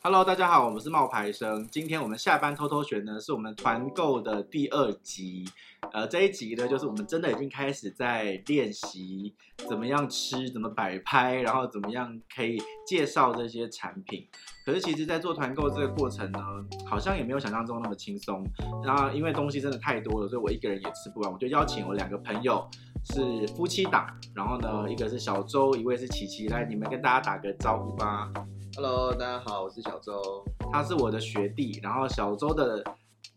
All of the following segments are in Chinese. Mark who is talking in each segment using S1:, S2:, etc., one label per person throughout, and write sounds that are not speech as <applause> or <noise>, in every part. S1: Hello，大家好，我们是冒牌生。今天我们下班偷偷学呢，是我们团购的第二集。呃，这一集呢，就是我们真的已经开始在练习怎么样吃，怎么摆拍，然后怎么样可以介绍这些产品。可是其实，在做团购这个过程呢，好像也没有想象中那么轻松。然后因为东西真的太多了，所以我一个人也吃不完，我就邀请我两个朋友。是夫妻档，然后呢，一个是小周，一位是琪琪，来，你们跟大家打个招呼吧。
S2: Hello，大家好，我是小周。
S1: 他是我的学弟，然后小周的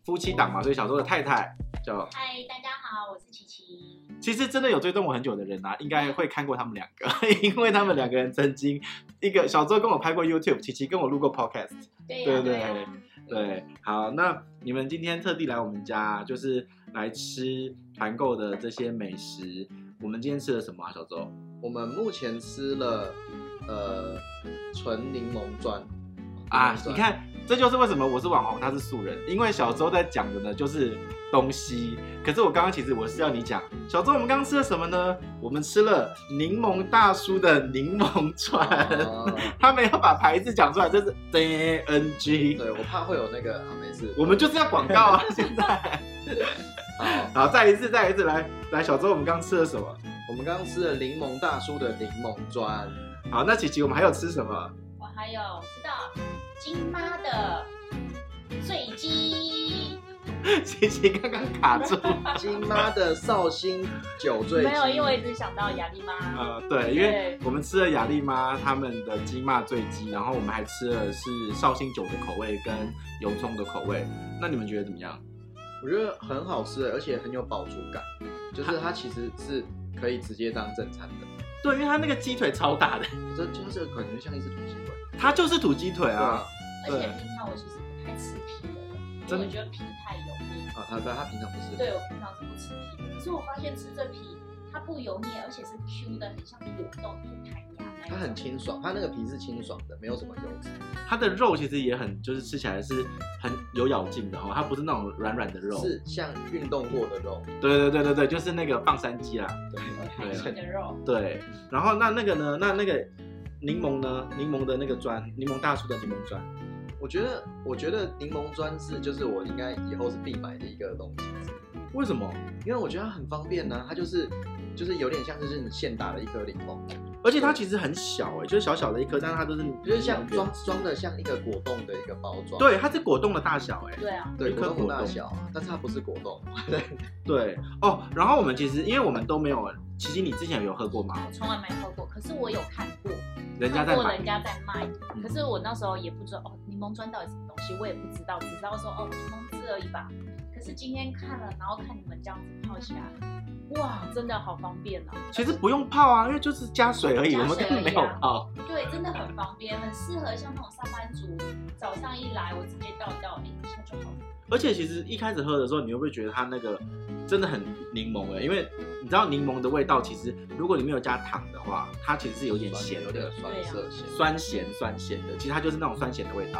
S1: 夫妻档嘛，所以小周的太太叫。
S3: 嗨，大家好，我是琪琪。
S1: 其实真的有追踪我很久的人啊，应该会看过他们两个， <laughs> 因为他们两个人曾经，一个小周跟我拍过 YouTube，琪琪跟我录过 Podcast。
S3: 对
S1: 对对
S3: 呀、对啊呀
S1: 对，好，那你们今天特地来我们家，就是来吃团购的这些美食。我们今天吃了什么啊，小周？
S2: 我们目前吃了呃纯柠檬砖
S1: 啊，
S2: 柠檬
S1: 你
S2: 砖
S1: 看，这就是为什么我是网红，他是素人，因为小周在讲的呢就是东西，可是我刚刚其实我是要你讲，小周我们刚刚吃了什么呢？我们吃了柠檬大叔的柠檬串，
S2: 哦
S1: 他没有把牌子讲出来，这是 D N G，
S2: 对我怕会有那个啊，没事。
S1: 我们就是要广告啊，现在， <laughs>
S2: 好，
S1: 好，再一次，再一次，来来，小周我们刚吃了什么？
S2: 我们刚刚吃了柠檬大叔的柠檬砖，
S1: 好，那琪琪我们还有吃什么？
S3: 我还有知道金妈的醉鸡，
S1: 琪琪刚刚卡住，
S2: 金妈的绍兴酒醉鸡
S3: 没有，因为我一直想到雅丽妈。
S1: 呃，对，因为。
S3: 对
S1: 我们吃了雅丽妈他们的鸡骂醉鸡，然后我们还吃了是绍兴酒的口味跟油葱的口味。那你们觉得怎么样？
S2: 我觉得很好吃，而且很有饱足感，就是它其实是可以直接当正餐的，
S1: 对，因为它那个鸡腿超大的， <laughs>
S2: 这就是感觉像一只土鸡腿。
S1: 它就是土鸡腿
S2: 对
S1: 啊
S2: 啊。，
S3: 而且平常我其实不太吃皮的人，因
S1: 真
S3: 为我觉得皮太油腻。
S2: 啊，他他平常不吃。
S3: 对，我平常是不吃皮的，可是我发现吃这皮它不油腻，而且是 Q 的，很像果冻、很弹牙那一种。
S2: 它很清爽，它那个皮是清爽的，没有什么油脂。
S1: 它的肉其实也很，就是吃起来是很有咬劲的哦，它不是那种软软的肉。，
S2: 是像运动过的肉，
S1: 对对对对对，就是那个棒山鸡啦。
S3: 海鲜的肉。
S1: 对，然后那那个呢？那那个柠檬呢？柠檬的那个砖，柠檬大叔的柠檬砖。
S2: 我觉得，我觉得柠檬砖是就是我应该以后是必买的一个东西，
S1: 为什么？
S2: 因为我觉得它很方便呢、啊它就是就是有点像就是你现打的一颗柠檬，啊
S1: 而且它其实很小哎、就是小小的一颗，但是它都是
S2: 就是像装装的像一个果冻的一个包装，
S1: 对，它是果冻的大小哎、
S3: 对啊，
S2: 对
S1: 一颗
S2: 果冻
S1: 果
S2: 的大
S1: 冻
S2: 小啊，但是它不是果冻，
S1: 对哦，然后我们其实因为我们都没有，琪琪你之前有喝过吗？
S3: 我从来没喝过，可是我有看过。
S1: 人家
S3: 看
S1: 在
S3: 过
S1: 买
S3: 人，家在卖，
S1: 嗯
S3: 可是我那时候也不知道哦，柠檬砖到底什么东西，我也不知道，只知道说哦，柠檬汁而已吧。可是今天看了，然后看你们这样子泡起来，哇，真的好方便哦。
S1: 其实不用泡啊，因为就是加水而已，
S3: 加
S1: 我们根本没
S3: 水而已
S1: 有
S3: 啊
S1: 泡。
S3: 对，真的很方便，很适合像那种上班族，早上一来我直接倒掉，哎，一下就好了。
S1: 而且其实一开始喝的时候，你会不会觉得它那个真的很柠檬哎、因为你知道柠檬的味道，其实如果你没有加糖的话，它其实是有点咸
S2: 有
S1: 的
S2: 点，酸涩咸。
S1: 酸咸酸咸的，其实它就是那种酸咸的味道。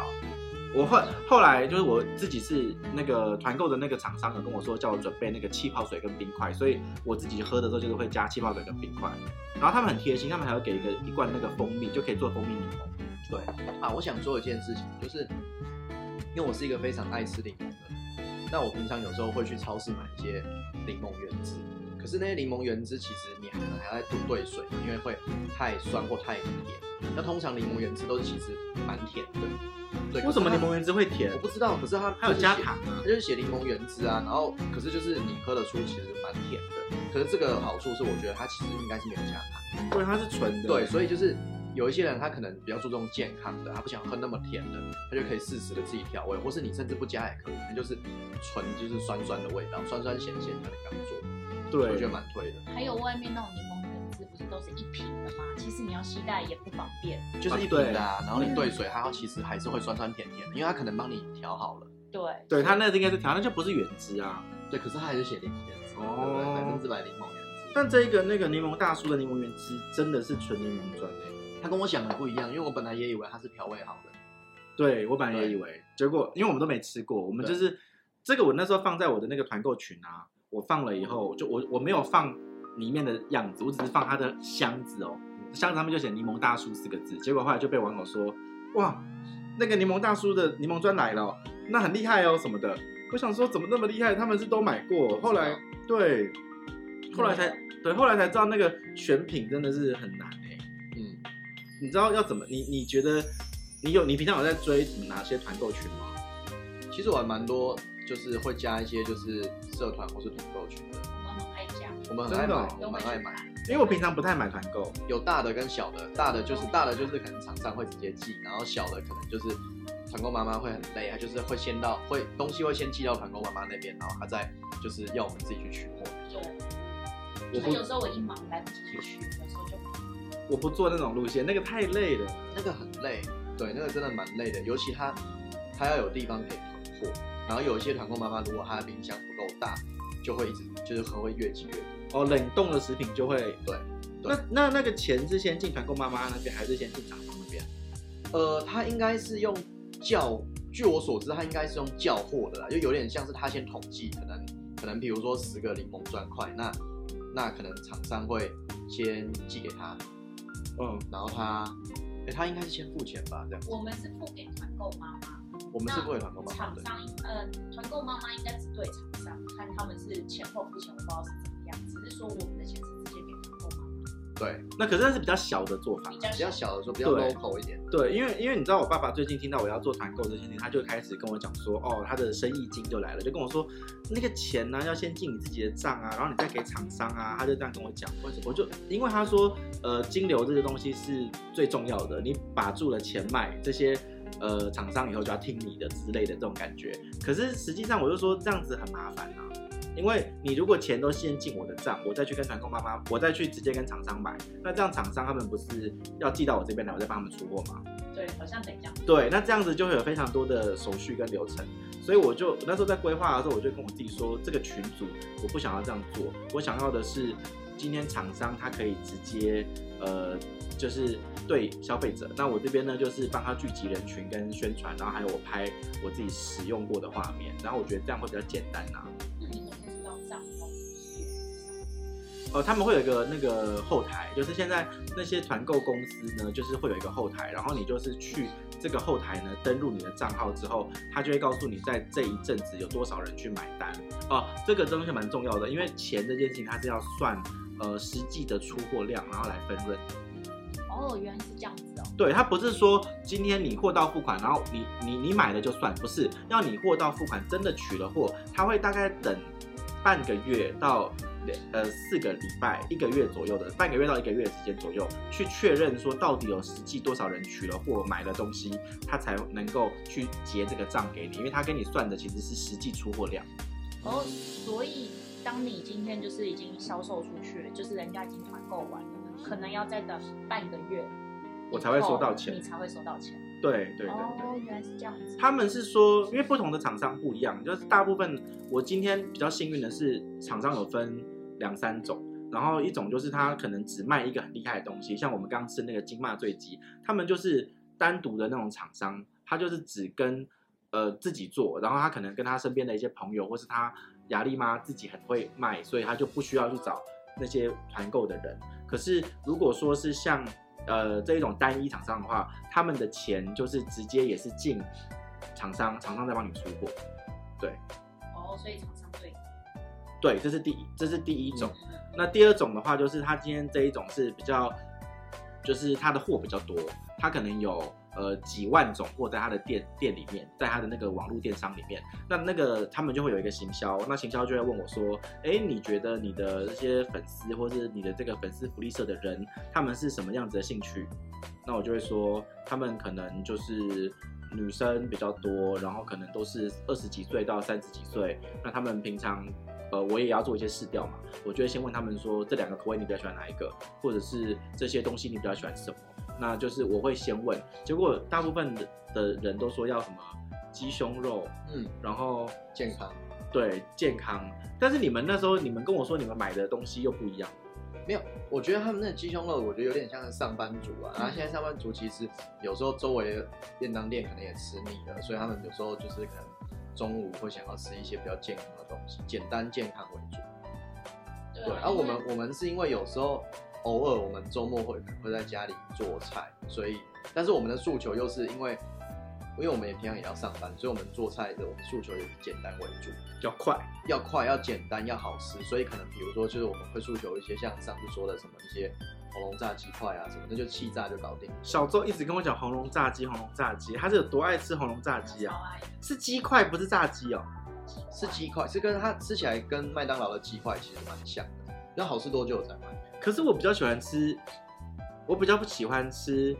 S1: 我后后来就是我自己是那个团购的那个厂商有跟我说叫我准备那个气泡水跟冰块，所以我自己喝的时候就是会加气泡水跟冰块。然后他们很贴心，他们还会给一个一罐那个蜂蜜，就可以做蜂蜜柠檬。
S2: 啊，我想说一件事情，就是因为我是一个非常爱吃柠檬的人，那我平常有时候会去超市买一些柠檬原汁，可是那些柠檬原汁其实你可能还要兑兑水，因为会太酸或太甜。那通常柠檬原汁都是其实蛮甜的，对。
S1: 为什么柠
S2: 可是它
S1: 檬原汁会甜
S2: 我？不知道，可是它
S1: 还有
S2: 就是
S1: 加
S2: 写
S1: 糖啊
S2: 它就是写柠檬原汁啊，然后可是就是你喝得出其实蛮甜的，可是这个好处是我觉得它其实应该是没有加糖。
S1: 对，它是纯的。
S2: 对，所以就是有一些人他可能比较注重健康的，他不想喝那么甜的，他就可以适时的自己调味，或是你甚至不加也可以，那就是纯就是酸酸的味道，酸酸咸咸的你刚做，我觉
S1: 对
S2: 得，蛮推的，
S3: 还有外面那种柠檬原汁不是都是一瓶的吗？其实你要携带也不方便。
S2: 就是一瓶
S1: 对
S2: 的啊，然后你兑水，它其实还是会酸酸甜甜的，因为它可能帮你调好了，
S3: 对，
S1: 对，它那个应该是调，那就不是原汁啊。
S2: 对，可是它还是写柠檬原汁，
S1: 哦
S2: 对不对？百分之百柠檬原汁，
S1: 但这一个那个柠檬大叔的柠檬原汁真的是纯柠檬酸的、
S2: 它跟我想的不一样，因为我本来也以为它是调味好的，
S1: 对我本来也
S2: 对
S1: 以为，结果因为我们都没吃过，我们就是这个我那时候放在我的那个团购群啊，我放了以后，就我我没有放里面的样子，我只是放它的箱子哦，箱子上面就写柠檬大叔四个字，结果后来就被网友说，哇，那个柠檬大叔的柠檬砖来了哦，那很厉害哦什么的。我想说怎么那么厉害？他们是都买过，后
S2: 啊
S1: 来对，后来才对，后来才知道那个选品真的是很难哎、
S2: 嗯，
S1: 你知道要怎么？你你觉得你有你平常有在追哪些团购群吗？
S2: 其实我还蛮多，就是会加一些就是社团或是团购群的，
S3: 我们很爱家，
S2: 我们很爱
S1: 真的
S2: 买
S1: 哦，
S2: 我
S3: 都
S2: 们
S3: 会
S2: 很爱
S3: 去
S2: 买
S3: 买。。
S1: 因为我平常不太买团购，
S2: 有大的跟小的，大的就是大的就是可能厂商会直接寄，然后小的可能就是团购妈妈会很累，她就是会先到会东西会先寄到团购妈妈那边，然后她再就是要我们自己去取货。
S3: 对，
S1: 我
S3: 所以
S1: 不
S3: 有时候我一忙来不及去取，有时候就
S1: 我不做那种路线，那个太累了。
S2: 那个很累，对，那个真的蛮累的，尤其他他要有地方可以囤货，然后有一些团购妈妈如果她的冰箱不够大，就会一直就是很会越积越多。
S1: 哦，冷冻的食品就会
S2: 对对
S1: 那那那个钱是先进团购妈妈那边，还是先进厂商那边？
S2: 呃，他应该是用叫，据我所知，他应该是用叫货的啦，就有点像是他先统计，可能可能比如说十个柠檬砖块，那那可能厂商会先寄给他，
S1: 嗯，
S2: 然后他、诶他应该是先付钱吧，这样子。
S3: 我们是付给团购妈妈，
S2: 我们是不会团购妈妈
S3: 厂
S2: 的，
S3: 商呃，团购妈妈应该只对厂商，看他们是前后付钱，我不知道是怎么样，只是说我们的钱是直接给团购妈妈，
S2: 对，
S1: 那可是那是比较小的做法
S3: 比。较
S2: 比较
S3: 小，
S2: 小的时候比较
S1: 对
S2: local 一点，
S1: 对，因为因为你知道，我爸爸最近听到我要做团购这件事情，他就开始跟我讲说，哦，他的生意经就来了，就跟我说，那个钱呢、要先进你自己的账啊，然后你再给厂商啊，他就这样跟我讲。
S2: 为什么
S1: 我就因为他说，呃，金流这些东西是最重要的，你把住了钱脉，这些呃厂商以后就要听你的之类的这种感觉。可是实际上，我就说这样子很麻烦啊，因为你如果钱都先进我的账，我再去跟团购妈妈，我再去直接跟厂商买，那这样厂商他们不是要寄到我这边来，我再帮他们出货吗？
S3: 对，好像得这样，
S1: 对，那这样子就会有非常多的手续跟流程，所以我就那时候在规划的时候，我就跟我自己说，这个群组我不想要这样做，我想要的是今天厂商他可以直接呃，就是对消费者，那我这边呢就是帮他聚集人群跟宣传，然后还有我拍我自己使用过的画面，然后我觉得这样会比较简单啊。
S3: 那你们知道账单是
S1: 呃，他们会有一个那个后台，就是现在那些团购公司呢，就是会有一个后台，然后你就是去这个后台呢登录你的账号之后，他就会告诉你在这一阵子有多少人去买单哦、这个东西蛮重要的，因为钱这件事情它是要算呃实际的出货量，然后来分润。
S3: 哦，原来是这样子哦，
S1: 对，它不是说今天你货到付款，然后你你你买了就算，不是要你货到付款，真的取了货，它会大概等半个月到两呃四个礼拜、一个月左右的，半个月到一个月的时间左右，去确认说到底有实际多少人取了货、买了东西，它才能够去结这个账给你，因为它跟你算的其实是实际出货量。
S3: 哦，所以当你今天就是已经销售出去了，就是人家已经团购完了，可能要再等半个月，
S1: 我才会收到钱
S3: 你才会收到钱。
S1: 对对对对。
S3: 哦，原来是这样子。
S1: 他们是说，因为不同的厂商不一样，就是大部分我今天比较幸运的是，厂商有分两三种，然后一种就是他可能只卖一个很厉害的东西，像我们刚刚吃那个金骂醉鸡，他们就是单独的那种厂商，他就是只跟呃自己做，然后他可能跟他身边的一些朋友或是他雅丽妈自己很会卖，所以他就不需要去找那些团购的人。可是如果说是像呃这一种单一厂商的话，他们的钱就是直接也是进厂商，厂商再帮你出货。
S3: 哦，所以厂商对
S1: 对，这是第一，这是第一种。那第二种的话，就是他今天这一种是比较，就是他的货比较多，他可能有呃几万种货在他的店店里面，在他的那个网络电商里面。那那个他们就会有一个行销，那行销就会问我说，哎，你觉得你的这些粉丝或是你的这个粉丝福利社的人，他们是什么样子的兴趣？那我就会说，他们可能就是女生比较多，然后可能都是二十几岁到三十几岁，那他们平常，呃，我也要做一些试调嘛，我就会先问他们说，这两个口味你比较喜欢哪一个，或者是这些东西你比较喜欢什么？那就是我会先问，结果大部分的的人都说要什么鸡胸肉，
S2: 嗯，
S1: 然后
S2: 健康
S1: 对健康，但是你们那时候你们跟我说你们买的东西又不一样，
S2: 没有，我觉得他们那鸡胸肉，我觉得有点像是上班族啊。然后现在上班族其实有时候周围的便当店可能也吃腻了，所以他们有时候就是可能中午会想要吃一些比较健康的东西，简单健康为主。
S3: 对
S2: 对，然、啊后我们我们是因为有时候偶尔我们周末会会在家里做菜，所以但是我们的诉求又是因为因为我们也平常也要上班，所以我们做菜的我们诉求也是简单为主，
S1: 要快，
S2: 要快、要简单、要好吃。所以可能比如说，就是我们会诉求一些像上次说的什么一些红龙炸鸡块啊什么，那就气炸就搞定。
S1: 小周一直跟我讲红龙炸鸡，红龙炸鸡，他是有多爱吃红龙炸鸡啊？是鸡块不是炸鸡哦。
S2: 是鸡块，是跟它吃起来跟麦当劳的鸡块其实蛮像的。那好事多就有啊在卖，
S1: 可是我比较喜欢吃，我比较不喜欢吃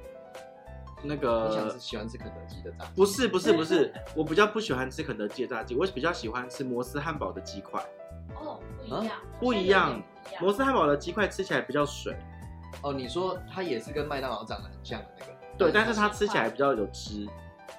S1: 那
S2: 你想
S1: 个
S2: 是，喜欢吃肯德基的炸鸡？
S1: 不是不
S3: 嗯
S1: 是不是，我比较不喜欢吃肯德基的炸鸡，我比较喜欢吃摩斯汉堡的鸡块。
S3: 哦，不一样，
S1: 不一样
S3: 好像有点不一
S1: 摩
S3: 样。
S1: 斯汉堡的鸡块吃起来比较水，
S2: 哦，你说它也是跟麦当劳长得很像的那个？
S1: 对，
S3: 嗯
S1: 但是它吃起来比较有汁。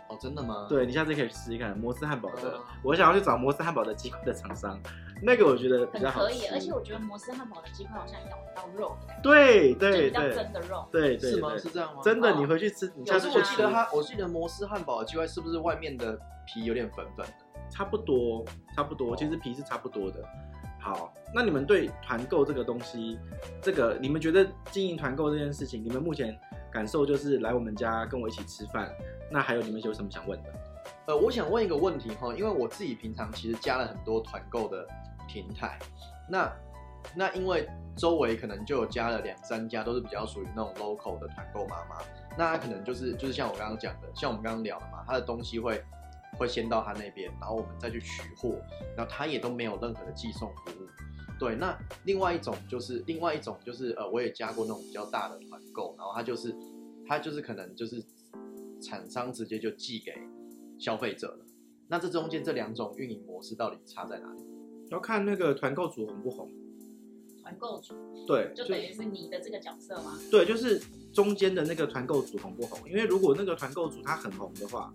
S2: 哦，真的吗？，
S1: 对你下次可以试试看摩斯汉堡的
S2: 嗯，
S1: 我想要去找摩斯汉堡的鸡块的厂商，那个我觉得比较
S3: 很
S1: 好
S3: 可
S1: 吃
S3: 以，。而且我觉得摩斯汉堡的鸡块好像咬到肉的感觉，
S1: 对
S3: 就
S1: 对
S3: 比较
S1: 对
S3: 真的肉。
S1: 对对
S2: 是吗？
S1: 对，
S2: 是这样吗？
S1: 真的，
S3: 哦
S1: 你回去吃，你
S2: 可
S1: 下
S2: 是
S1: 次
S2: 我
S1: 去
S2: 记
S1: 吃
S2: 得它，我记得摩斯汉堡的鸡块是不是外面的皮有点粉粉的？
S1: 差不多，差不多，其实皮是差不多的。好，那你们对团购这个东西，这个你们觉得经营团购这件事情，你们目前感受就是来我们家跟我一起吃饭，那还有你们有什么想问的？
S2: 呃，我想问一个问题哈，因为我自己平常其实加了很多团购的平台，那那因为周围可能就有加了两三家，都是比较属于那种 local 的团购妈妈，那她可能就是就是像我刚刚讲的，像我们刚刚聊的嘛，她的东西会会先到她那边，然后我们再去取货，然后她也都没有任何的寄送服务。对，那另外一种就是另外一种就是呃，我也加过那种比较大的团购，然后它就是它就是可能就是厂商直接就寄给消费者了。那这中间这两种运营模式到底差在哪里？
S1: 要看那个团购组红不红。
S3: 团购主
S1: 对，
S3: 就等于是你的这个角色吗？
S1: 对，就是中间的那个团购组红不红？因为如果那个团购组它很红的话，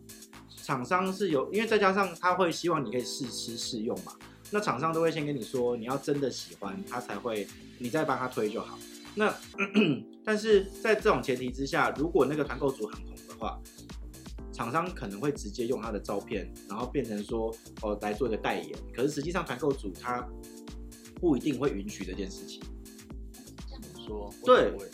S1: 厂商是有，因为再加上他会希望你可以试吃试用嘛，那厂商都会先跟你说你要真的喜欢，他才会你再帮他推就好。那 <clears throat> 但是在这种前提之下，如果那个团购组很红的话，厂商可能会直接用他的照片，然后变成说哦来做一个代言。可是实际上团购组他不一定会允许这件事情。
S3: 这样子
S2: 说
S1: 对
S2: 为什么会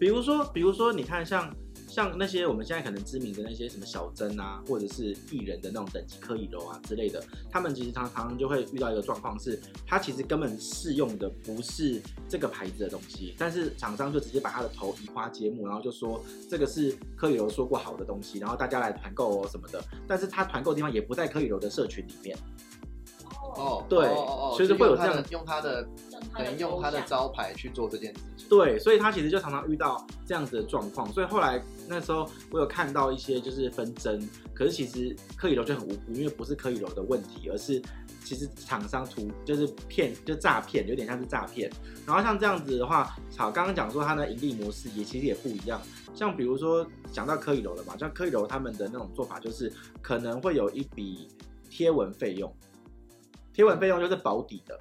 S1: 比如说，比如说，你看像像那些我们现在可能知名的那些什么小珍啊，或者是艺人的那种等级柯以柔啊之类的，他们其实常常就会遇到一个状况是，他其实根本试用的不是这个牌子的东西，但是厂商就直接把他的头移花接木，然后就说这个是柯以柔说过好的东西，然后大家来团购哦什么的，但是他团购的地方也不在柯以柔的社群里面，
S3: 哦，
S2: 哦，
S1: 对
S2: 哦哦
S1: 所以就会有这样
S2: 用他的
S3: 用他
S2: 等
S3: 的
S2: 于用他的
S3: 头像
S2: 招牌去做这件事情。
S1: 对，所以他其实就常常遇到这样子的状况，所以后来那时候我有看到一些就是纷争，可是其实柯以柔就很无辜，因为不是柯以柔的问题，而是其实厂商图就是骗，就诈骗，有点像是诈骗。然后像这样子的话，好，刚刚讲说它的盈利模式也其实也不一样，像比如说讲到柯以柔了嘛，像柯以柔他们的那种做法就是可能会有一笔贴文费用，贴文费用就是保底的。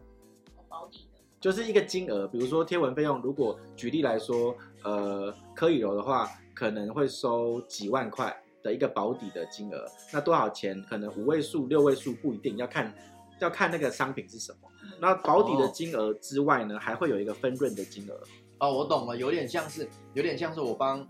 S3: 哦保底的，
S1: 就是一个金额，比如说贴文费用，如果举例来说，呃，柯以柔的话，可能会收几万块的一个保底的金额，那多少钱？可能五位数、六位数不一定，要看要看那个商品是什么。
S3: 嗯
S1: 那保底的金额之外呢，还会有一个分润的金额。
S2: 哦，我懂了，有点像是有点像是我帮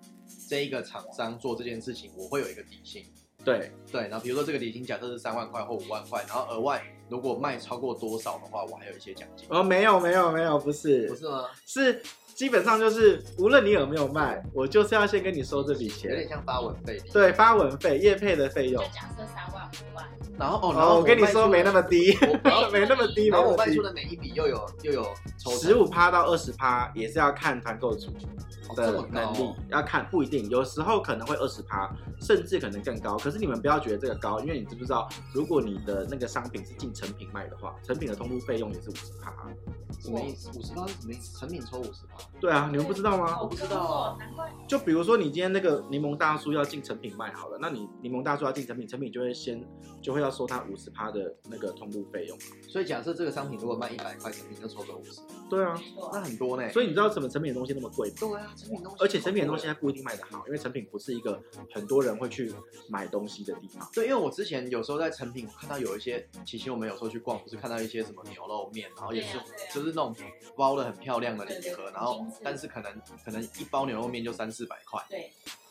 S2: 这一个厂商做这件事情，我会有一个底薪。
S1: 对
S2: 对，然后比如说这个底薪假设是三万块或五万块，然后额外如果卖超过多少的话，我还有一些奖金。
S1: 哦，没有没有没有，不
S2: 不
S1: 是
S2: 是吗？
S1: 是基本上就是，无论你有没有卖，我就是要先跟你收这笔
S2: 有点
S1: 钱。
S2: 像发文费。
S1: 对，发文费、业配的费用
S3: 就。假设三万五万，
S2: 然后哦，然后
S1: 哦，我跟你
S2: 卖
S1: 说
S2: 出
S1: 没那么低，
S2: <laughs> 我
S1: <laughs>
S2: 卖
S1: 没那么低，没
S2: 然后我
S1: 那么
S2: 卖
S1: 低
S2: 出。的每一笔又有又有抽哦
S1: 十五趴到二十趴也是要看团购组
S2: 成哦这
S1: 的
S2: 么高
S1: 能力，要看不一定，有时候可能会二十趴，甚至可能更高。可是你们不要觉得这个高，因为你知不知道，如果你的那个商品是进成品卖的话，成品的通路费用也是五十趴。
S2: 什么意思？五十八是什么意思？成品抽五十八，
S1: 对啊，你们不知道吗？
S3: 哦
S2: 不知道，
S3: 难怪
S1: 就比如说你今天那个柠檬大叔要进成品卖好了，那你柠檬大叔要进成品，成品就会先就会要收他五十趴的那个通路费用。
S2: 所以假设这个商品如果卖一百块，成品就抽走五十，
S1: 对啊，
S3: 没错
S2: 那很多呢。
S1: 所
S2: 以
S1: 以你知道什么成品的东西那么贵吗？
S2: 对啊，成品东西，
S1: 而且成品的东西还不一定卖得好，因为成品不是一个很多人会去买东西的地方。
S2: 对，因为我之前有时候在成品看到有一些，其实我们有时候去逛，不是看到一些什么牛肉面，然哦后也是
S3: 对啊对啊
S2: 就是那种包的很漂亮的礼
S3: 对
S2: 盒，
S3: 对
S2: 然后
S3: 精致
S2: 但是可能可能一包牛肉面就三四百块，
S3: 对，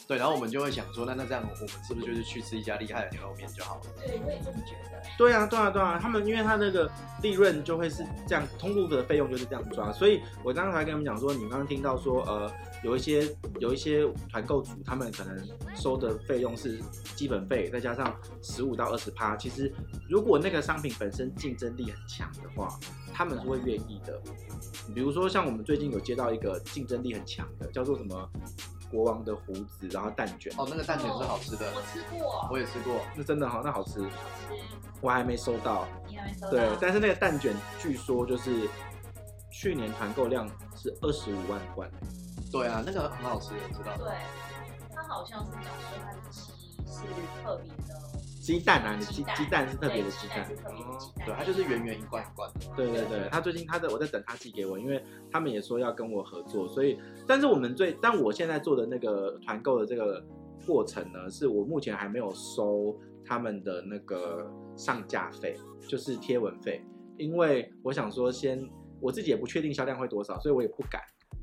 S2: 对，然后我们就会想说，那那这样我们是不是就是去吃一家厉害的牛肉面就好了？
S3: 啊对，我也这么觉得。
S1: 对啊，对啊，对啊，他们因为他那个利润就会是这样，通路的费用就是这样抓，所以我刚才跟你们讲说，你刚刚听到说，呃，有一些有一些团购组他们可能收的费用是基本费，再加上十五到二十趴，其实如果那个商品本身竞争力很强的话，他们是会愿意的。比如说像我们最近有接到一个竞争力很强的，叫做什么国王的胡子，然后蛋卷，
S2: 哦，那个蛋卷是好吃的，
S3: 我吃过，
S2: 我也吃过，
S1: 那真的好，那好吃，
S3: 吃，
S1: 我还没收到。
S3: 你还没收到？
S1: 对，但是那个蛋卷据说就是去年团购量是二十五万罐，
S2: 对啊，那个很好吃，我知道。
S3: 对，他好像是讲说他的鸡是特别的，
S1: 鸡蛋啊，你鸡
S3: 鸡蛋
S1: 鸡蛋是特别的
S3: 对
S1: 鸡
S3: 鸡
S1: 蛋
S3: 蛋是特别
S1: 哦
S3: 的鸡。蛋，
S2: 对，它就是圆圆一罐一罐的。
S1: 对对对，他最近他的我在等他寄给我，因为他们也说要跟我合作，所以但是我们最但我现在做的那个团购的这个过程呢，是我目前还没有收他们的那个上架费，就是贴文费，因为我想说先我自己也不确定销量会多少，所以我也不敢。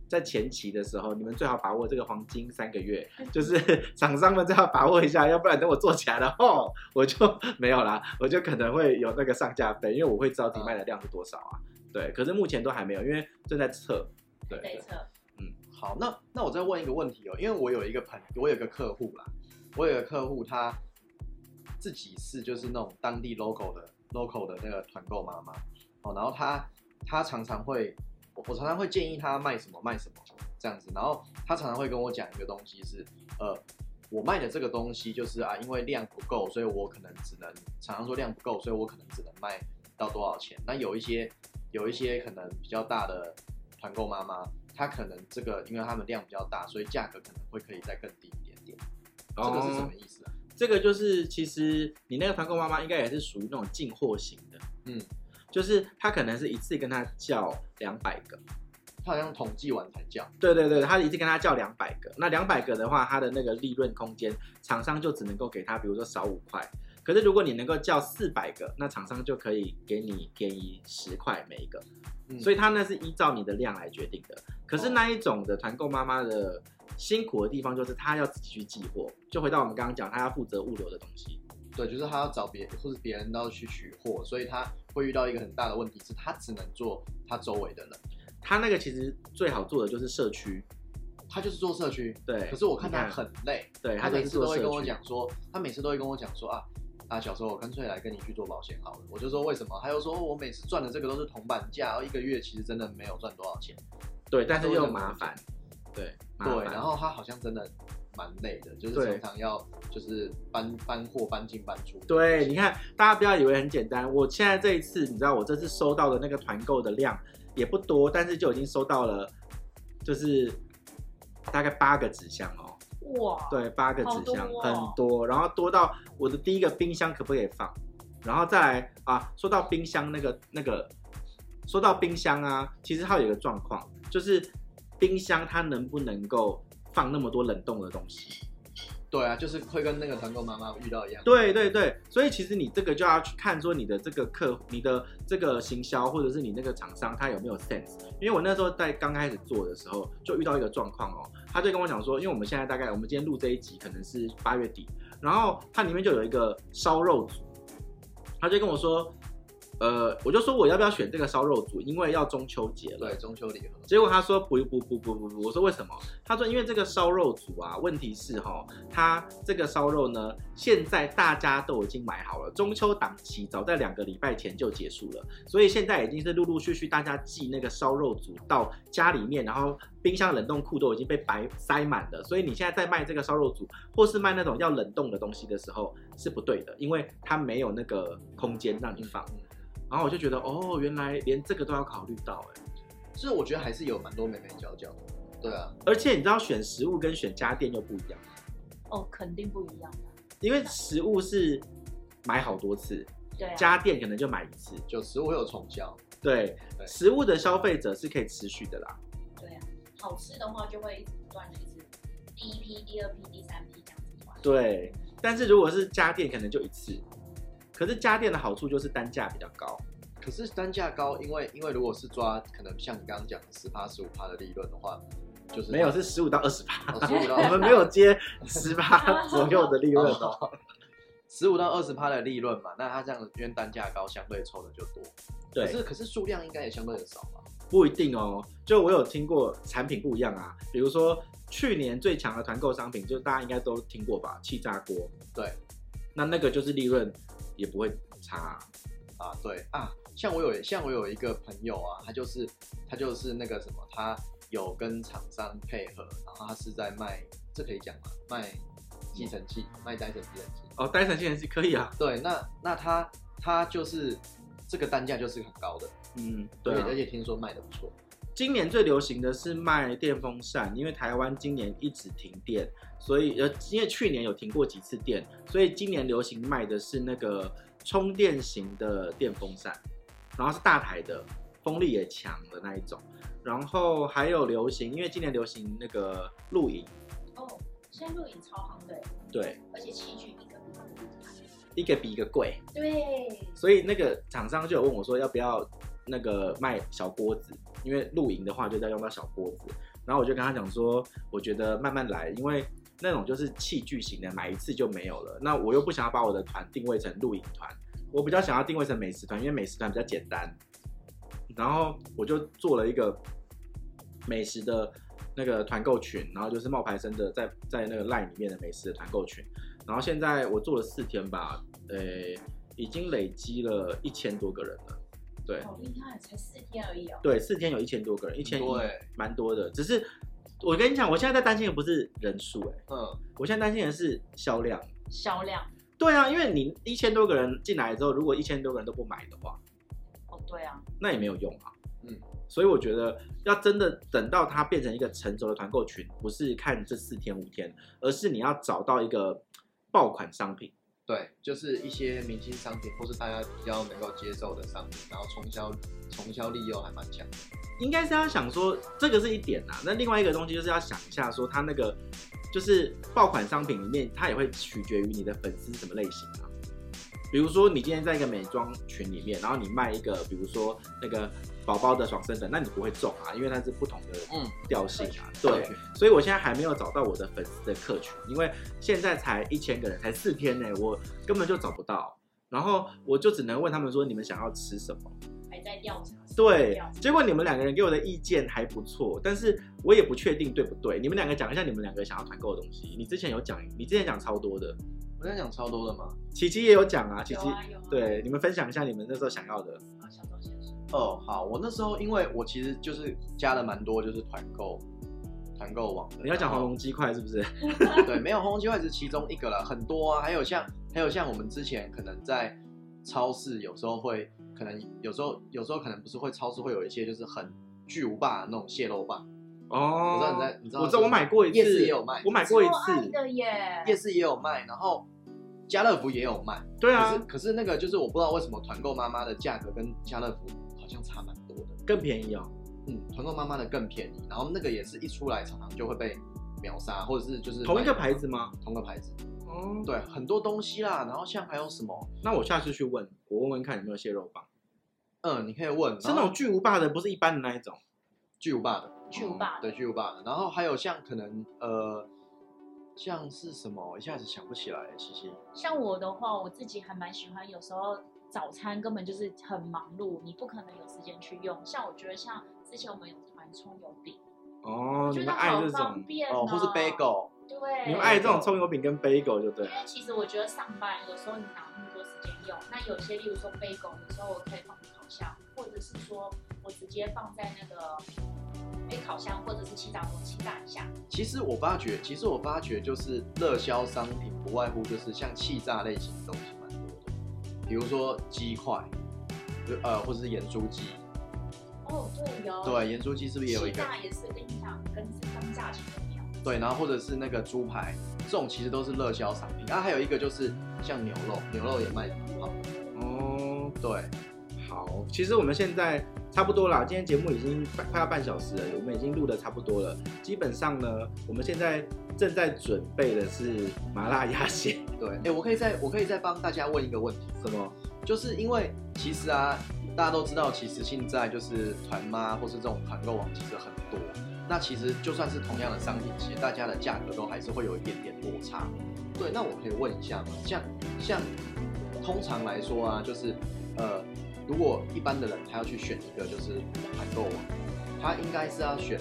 S1: 在前期的时候，你们最好把握这个黄金三个月，就是 <laughs> 厂商们最好把握一下，要不然等我做起来了哦，我就 <laughs> 没有啦，我就可能会有那个上架费，因为我会知道自己卖的量是多少啊。对，可是目前都还没有，因为正在测。对
S3: 对侧，
S2: 好，那那我再问一个问题哦，因为我有一个朋，我有一个客户啦，我有一个客户他自己是就是那种当地 local 的 local 的那个团购妈妈哦，然后他他常常会，我我常常会建议他卖什么卖什么这样子，然后他常常会跟我讲一个东西是，呃，我卖的这个东西就是啊，因为量不够，所以我可能只能常常说量不够，所以我可能只能卖到多少钱。那有一些有一些可能比较大的团购妈妈，她可能这个因为他们量比较大，所以价格可能会可以再更低一点点。这个是什么
S1: 哦？
S2: 意思啊？
S1: 这个就是其实你那个团购妈妈应该也是属于那种进货型的，
S2: 嗯，
S1: 就是她可能是一次跟她叫两百个，
S2: 她好像统计完才叫，
S1: 对对对，她一次跟她叫两百个，那两百个的话，她的那个利润空间，厂商就只能够给她，比如说少五块。可是如果你能够叫四百个，那厂商就可以给你便宜十块每一个。
S2: 嗯
S1: 所以它那是依照你的量来决定的。可是那一种的团购妈妈的辛苦的地方，就是她要自己去寄货，就回到我们刚刚讲，她要负责物流的东西。
S2: 对，就是她要找别或是别人要去取货，所以她会遇到一个很大的问题，是她只能做她周围的人，
S1: 她那个其实最好做的就是社区，
S2: 她就是做社区。
S1: 对
S2: 可是我看
S1: 你
S2: 她
S1: 看
S2: 很累，
S1: 对，她
S2: 他
S1: 就
S2: 每
S1: 是
S2: 次都
S1: 做
S2: 会
S1: 社
S2: 跟我
S1: 区。
S2: 讲说，他每次都会跟我讲说啊啊，小时候我干脆来跟你去做保险好了。我就说为什么？他又说哦我每次赚的这个都是铜板价，哦然后一个月其实真的没有赚多少钱。
S1: 对，但是又麻烦，对，麻
S2: 对，
S1: 烦
S2: 然后他好像真的蛮累的，就是
S1: 对
S2: 常常要就是搬搬货、搬进搬出。
S1: 对，你看，大家不要以为很简单。我现在这一次，你知道我这次收到的那个团购的量也不多，但是就已经收到了，就是大概八个纸箱哦。
S3: 哇，
S1: 对，八个
S3: 啊好
S1: 纸
S3: 多
S1: 箱，
S3: 哦
S1: 很多，然后多到我的第一个冰箱可不可以放？然后再来啊，说到冰箱那个那个，说到冰箱啊，其实它有一个状况，就是冰箱它能不能够放那么多冷冻的东西？
S2: 对啊，就是会跟那个团购妈妈遇到一样。
S1: 对对对，所以其实你这个就要去看说你的这个客户、你的这个行销或者是你那个厂商他有没有 sense。因为我那时候在刚开始做的时候，就遇到一个状况哦，他就跟我讲说，因为我们现在大概我们今天录这一集可能是八月底，然后它里面就有一个烧肉组，他就跟我说，呃，我就说我要不要选这个烧肉组，因为要中秋节了。
S2: 对，中秋礼盒。
S1: 结果他说不不不不不不，我说为什么？他说因为这个烧肉组啊，问题是哈、他这个烧肉呢，现在大家都已经买好了，中秋档期早在两个礼拜前就结束了，所以现在已经是陆陆续续大家寄那个烧肉组到家里面，然后冰箱冷冻库都已经被白塞满了，所以你现在在卖这个烧肉组，或是卖那种要冷冻的东西的时候是不对的，因为它没有那个空间让你放。然后我就觉得哦，原来连这个都要考虑到哎、
S2: 所以我觉得还是有蛮多眉眉角角的。对啊，
S1: 而且你知道选食物跟选家电又不一样，
S3: 哦，肯定不一样的，
S1: 因为食物是买好多次，
S3: 对啊，
S1: 家电可能就买一次。
S2: 就食物会有重销。
S1: 对，
S2: 对
S1: 食物的消费者是可以持续的啦。
S3: 对啊，好吃的话就会一直不断的一直第一批、第二批、第三批这样子换，
S1: 对，但是如果是家电，可能就一次。可是家电的好处就是单价比较高，
S2: 可是单价高，因为因为如果是抓可能像你刚刚讲的十趴十五趴的利润的话，就是
S1: 没有是十五到二十八，
S2: <laughs> 哦15到
S1: 我们没有接十八左右的利润哦。
S2: 十五到二十趴的利润嘛，那它这样子因为单价高，相对抽的就多。可
S1: 对，
S2: 是可是数量应该也相对的少吧？
S1: 不一定哦。就我有听过产品不一样啊，比如说去年最强的团购商品，就大家应该都听过吧，气炸锅。
S2: 对
S1: 那那个就是利润也不会差啊、
S2: 啊，对啊，像我有像我有一个朋友啊，他就是他就是那个什么，他有跟厂商配合，然后他是在卖，这可以讲吗？卖吸尘器，卖单神吸尘器。
S1: 哦，单程吸尘器可以啊，
S2: 对，那那他他就是这个单价就是很高的，
S1: 嗯，对啊
S2: 而且而且听说卖的不错。
S1: 今年最流行的是卖电风扇，因为台湾今年一直停电，所以呃，因为去年有停过几次电，所以今年流行卖的是那个充电型的电风扇，然后是大台的，风力也强的那一种。然后还有流行，因为今年流行那个露营，
S3: 哦，现在露营超行对，
S1: 对，
S3: 而且器具一个比一个贵
S1: 一个比一个贵，
S3: 对，
S1: 所以那个厂商就有问我说要不要那个卖小锅子，因为露营的话就要用到小锅子。然后我就跟他讲说，我觉得慢慢来，因为那种就是器具型的，买一次就没有了。那我又不想要把我的团定位成露营团，我比较想要定位成美食团，因为美食团比较简单。然后我就做了一个美食的那个团购群，然后就是冒牌生的在在那个 LINE 里面的美食的团购群。然后现在我做了四天吧，呃，已经累积了一千多个人了。对
S3: 好厉害，才四天而已哦。
S1: 对，四天有一千多欸个人，一千
S2: 对，
S1: 蛮多的。只是我跟你讲，我现在在担心的不是人数、哎，
S2: 嗯，
S1: 我现在担心的是销量。
S3: 销量
S1: 对啊，因为你一千多个人进来之后，如果一千多个人都不买的话，
S3: 哦，对啊，
S1: 那也没有用啊。
S2: 嗯，
S1: 所以我觉得要真的等到它变成一个成熟的团购群，不是看这四天五天，而是你要找到一个爆款商品。
S2: 对，就是一些明星商品或是大家比较能够接受的商品，然后冲销冲销利诱还蛮强的。
S1: 应该是要想说这个是一点啊，那另外一个东西就是要想一下说它那个就是爆款商品里面，它也会取决于你的粉丝是什么类型啊。比如说你今天在一个美妆群里面，然后你卖一个，比如说那个宝宝的爽身粉，那你不会中啊，因为它是不同的
S2: 嗯，
S1: 调性啊。对，，所以我现在还没有找到我的粉丝的客群，因为现在才一千个人，才四天呢、我根本就找不到。然后我就只能问他们说，你们想要吃什么？
S3: 还在调查。
S1: 对
S3: 调查，
S1: 结果你们两个人给我的意见还不错，但是我也不确定对不对。你们两个讲一下你们两个想要团购的东西。你之前有讲，你之前讲超多的，
S2: 我在讲超多的嘛。
S1: 琪琪也有讲啊，琪
S3: 有
S1: 琪、
S3: 啊有啊。
S1: 对，你们分享一下你们那时候想要的。
S3: 啊，小周先生，
S2: 哦，好，我那时候因为我其实就是加了蛮多就是团购团购网的。
S1: 你要讲
S2: 然
S1: 红
S2: 后
S1: 龙
S2: <laughs>
S1: 鸡块是不是？
S2: 对，没有红龙鸡块只是其中一个啦，很多啊，还有像还有像我们之前可能在超市有时候会，可能有时候有时候可能不是会超市会有一些就是很巨无霸的那种蟹肉棒，我知道
S1: 哦，
S2: 你在你知道
S1: 我知道我买过一次，
S2: 夜市也有卖
S1: 我买过一
S3: 超爱
S1: 次，
S3: 的耶。
S2: 夜市也有卖，然后家乐福也有卖，
S1: 对
S2: 可是
S1: 啊，
S2: 可是那个就是我不知道为什么团购妈妈的价格跟家乐福好像差蛮多的，
S1: 更便宜哦。
S2: 嗯，团购妈妈的更便宜，然后那个也是一出来常常就会被秒杀，或者是就是
S1: 同一个牌子吗？
S2: 同个牌子，
S1: 哦，
S2: 对，很多东西啦，然后像还有什么，
S1: 那我下次去问，我问问看有没有蟹肉棒，
S2: 嗯，你可以问，
S1: 是那种巨无霸的，不是一般的那一种。
S2: 巨无霸的，
S3: 巨无霸的
S2: 对，巨无霸的。然后还有像可能呃，像是什么，我一下子想不起来，西西。
S3: 像我的话，我自己还蛮喜欢，有时候早餐根本就是很忙碌，你不可能有时间去用。像我觉得，像之前我们有团葱油饼，
S1: 哦，你
S3: 觉
S1: 们
S3: 得
S1: 爱
S3: 好
S1: 这
S3: 方
S1: 种，
S3: 便
S2: 哦，或是 bagel，
S3: 对，
S1: 你们爱这种葱油饼跟 bagel 就对了
S3: 因。为其实我觉得上班有时候你哪那么多时间用，那有些例如说 bagel，有时候我可以放烤箱，或者是说我直接放在那个诶烤箱或者是气炸锅气炸一下。
S2: 其实我发觉，其实我发觉就是热销商品不外乎就是像气炸类型的东西蛮多的，比如说鸡块，就呃，或者是盐酥鸡。
S3: 哦，对，有
S2: 对，盐酥鸡是不是也有一
S3: 气
S2: 个？
S3: 炸也是跟你讲跟刚炸起的料，
S2: 对，然后或者是那个猪排，这种其实都是热销商品。啊那还有一个就是像牛肉，牛肉也卖的很好。
S1: 哦，
S2: 对，
S1: 好，其实我们现在差不多啦，今天节目已经快快要半小时了，我们已经录的差不多了。基本上呢，我们现在正在准备的是麻辣鸭血， <laughs>
S2: 对，哎、我可以再我可以再帮大家问一个问题，
S1: 什么？
S2: 就是因为其实啊，大家都知道，其实现在就是团妈或是这种团购网其实很多，那其实就算是同样的商品，其实大家的价格都还是会有一点点落差。对，那我可以问一下吗？像像通常来说啊，就是呃，如果一般的人他要去选一个就是团购网，他应该是要选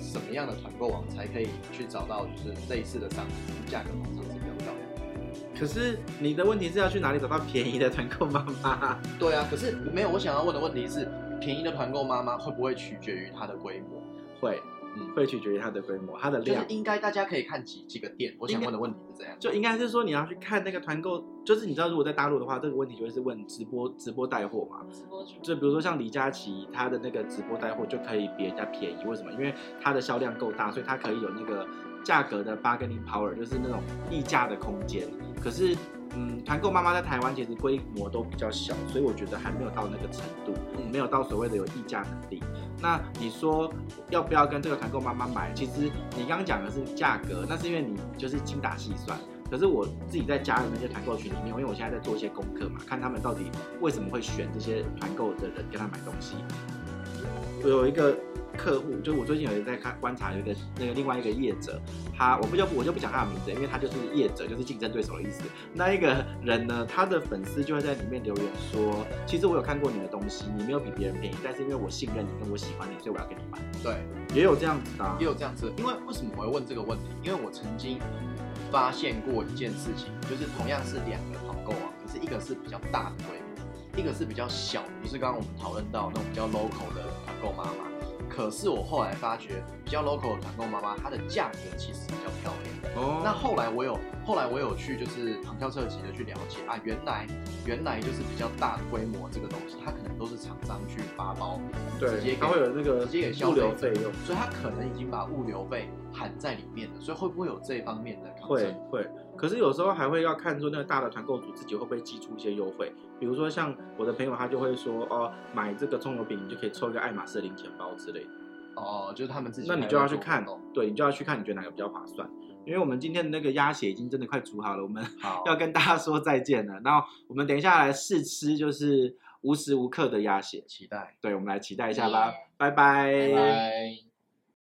S2: 什么样的团购网才可以去找到就是类似的商品，价格通常是比较高的。
S1: 可是你的问题是要去哪里找到便宜的团购妈妈？ <laughs>
S2: 对啊，可是没有我想要问的问题是，便宜的团购妈妈会不会取决于它的规模？
S1: 会，
S2: 嗯
S1: 会取决于它的规模、它的
S2: 就是
S1: 量。
S2: 应该大家可以看几几个店。我想问的问题是这样。
S1: 就应该是说你要去看那个团购，就是你知道，如果在大陆的话，这个问题就会是问直播直播带货嘛。
S3: 直播主
S1: 就比如说像李佳琦，他的那个直播带货就可以比人家便宜，为什么？因为他的销量够大，所以他可以有那个价格的 bargaining power，就是那种议价的空间。可是，嗯，团购妈妈在台湾其实规模都比较小，所以我觉得还没有到那个程度，没有到所谓的有议价能力。那你说要不要跟这个团购妈妈买？其实你刚刚讲的是价格，那是因为你就是精打细算。可是我自己在加入那些团购群里面，因为我现在在做一些功课嘛，看他们到底为什么会选这些团购的人跟他买东西。我有一个客户，就是我最近有在看观察，有一个那个另外一个业者，他我不就我就不讲他的名字，因为他就是业者，就是竞争对手的意思。那一个人呢，他的粉丝就会在里面留言说，其实我有看过你的东西，你没有比别人便宜，但是因为我信任你跟我喜欢你，所以我要跟你买。
S2: 对，
S1: 也有这样子的、啊
S2: 也，有这样子。因为为什么我会问这个问题？因为我曾经发现过一件事情，就是同样是两个团购啊，可是一个是比较大的规模，一个是比较小，就是刚刚我们讨论到那种比较 local 的团购妈妈。可是我后来发觉，比较 local 的团购妈妈，它的价格其实比较漂亮。
S1: 哦
S2: 那后来我有，后来我有去就是旁敲侧击的去了解啊，原来原来就是比较大规模这个东西，它可能都是厂商去发包，直接
S1: 对，
S2: 给
S1: 他会有那个
S2: 直接给消
S1: 呃物
S2: 费者
S1: 流费用。
S2: 所以它可能已经把物流费含在里面了，所以会不会有这方面的抗
S1: 会
S2: 争？
S1: 会，可是有时候还会要看说那个大的团购组自己会不会寄出一些优惠，比如说像我的朋友他就会说哦，买这个葱油饼你就可以抽一个爱马仕的零钱包之类的，
S2: 哦，就是他们自己
S1: 那
S2: 还有
S1: 你就
S2: 这种活动，
S1: 要去看，对你就要去看你觉得哪个比较划算，因为我们今天的那个鸭血已经真的快煮好了，我们
S2: 好，
S1: 要跟大家说再见了，那我们等一下来试吃就是无时无刻的鸭血，
S2: 期待，
S1: 对，我们来期待一下吧
S3: 耶，
S1: 拜拜
S3: 拜
S2: 拜。